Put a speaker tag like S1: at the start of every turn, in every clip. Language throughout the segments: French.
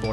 S1: pour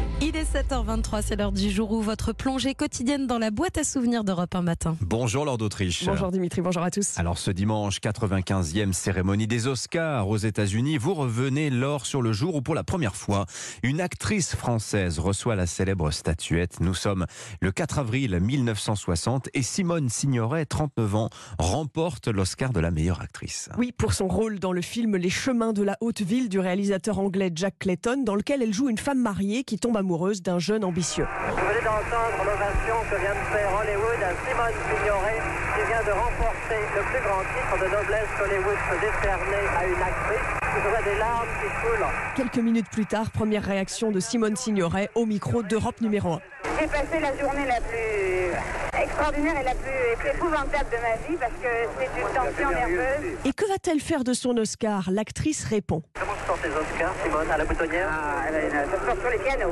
S2: Il est 7h23, c'est l'heure du jour où votre plongée quotidienne dans la boîte à souvenirs d'Europe 1 matin.
S3: Bonjour Lord d'Autriche.
S4: Bonjour Dimitri, bonjour à tous.
S3: Alors ce dimanche, 95e cérémonie des Oscars aux États-Unis, vous revenez Laure sur le jour où pour la première fois, une actrice française reçoit la célèbre statuette. Nous sommes le 4 avril 1960 et Simone Signoret, 39 ans, remporte l'Oscar de la meilleure actrice.
S4: Oui, pour son rôle dans le film Les chemins de la haute ville du réalisateur anglais Jack Clayton, dans lequel elle joue une femme mariée qui tombe amoureuse d'un jeune ambitieux.
S5: Vous venez d'entendre l'ovation que vient de faire Hollywood à Simone Signoret, qui vient de remporter le plus grand titre de noblesse qu'Hollywood peut décerner à une actrice. Vous aurez des larmes qui coulent.
S4: Quelques minutes plus tard, première réaction de Simone Signoret au micro d'Europe numéro 1.
S6: J'ai passé la journée la plus extraordinaire et la plus épouvantable de ma vie parce que c'est une tension nerveuse.
S4: Et que va-t-elle faire de son Oscar L'actrice répond.
S5: Comment se portent les Oscars, Simone, à la boutonnière
S6: Ah, elle a une- ça se porte sur les pianos,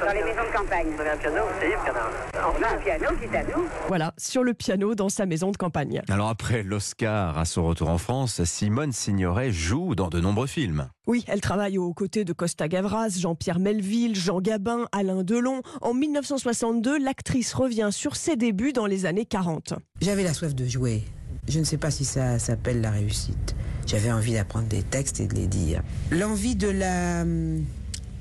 S6: dans les maisons de campagne.
S5: Vous avez un piano C'est Yves Canard.
S6: On a un piano qui est à nous.
S4: Voilà, sur le piano dans sa maison de campagne.
S3: Alors après l'Oscar à son retour en France, Simone Signoret joue dans de nombreux films.
S4: Oui, elle travaille aux côtés de Costa Gavras, Jean-Pierre Melville, Jean Gabin, Alain Delon. En 1962, l'actrice revient sur ses débuts dans les années 40.
S7: J'avais la soif de jouer. Je ne sais pas si ça s'appelle la réussite. J'avais envie d'apprendre des textes et de les dire. L'envie de la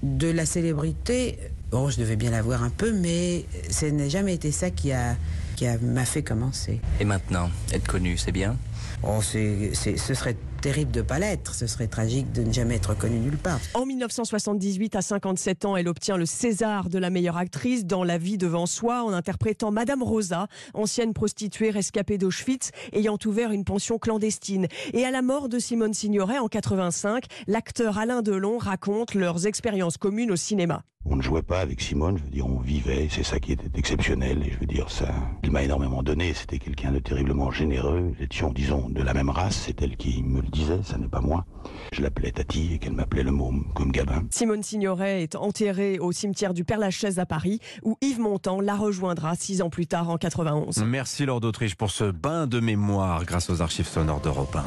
S7: de la célébrité, bon, je devais bien l'avoir un peu, mais ce n'a jamais été ça qui a qui a- m'a fait commencer.
S8: Et maintenant, être connu, c'est bien
S7: Oh, c'est- c'est- ce serait terrible de pas l'être. Ce serait tragique de ne jamais être connu nulle part.
S4: En 1978, à 57 ans, elle obtient le César de la meilleure actrice dans La vie devant soi en interprétant Madame Rosa, ancienne prostituée rescapée d'Auschwitz, ayant ouvert une pension clandestine. Et à la mort de Simone Signoret en 85, l'acteur Alain Delon raconte leurs expériences communes au cinéma.
S9: On ne jouait pas avec Simone, je veux dire, on vivait, c'est ça qui était exceptionnel, et je veux dire, ça, il m'a énormément donné, c'était quelqu'un de terriblement généreux, nous étions, disons, de la même race, c'est elle qui me le disait, ça n'est pas moi. Je l'appelais Tati et qu'elle m'appelait le môme, comme Gabin.
S4: Simone Signoret est enterrée au cimetière du Père Lachaise à Paris, où Yves Montand la rejoindra six ans plus tard en 91.
S3: Merci Lord d'Autriche pour ce bain de mémoire grâce aux archives sonores d'Europe 1.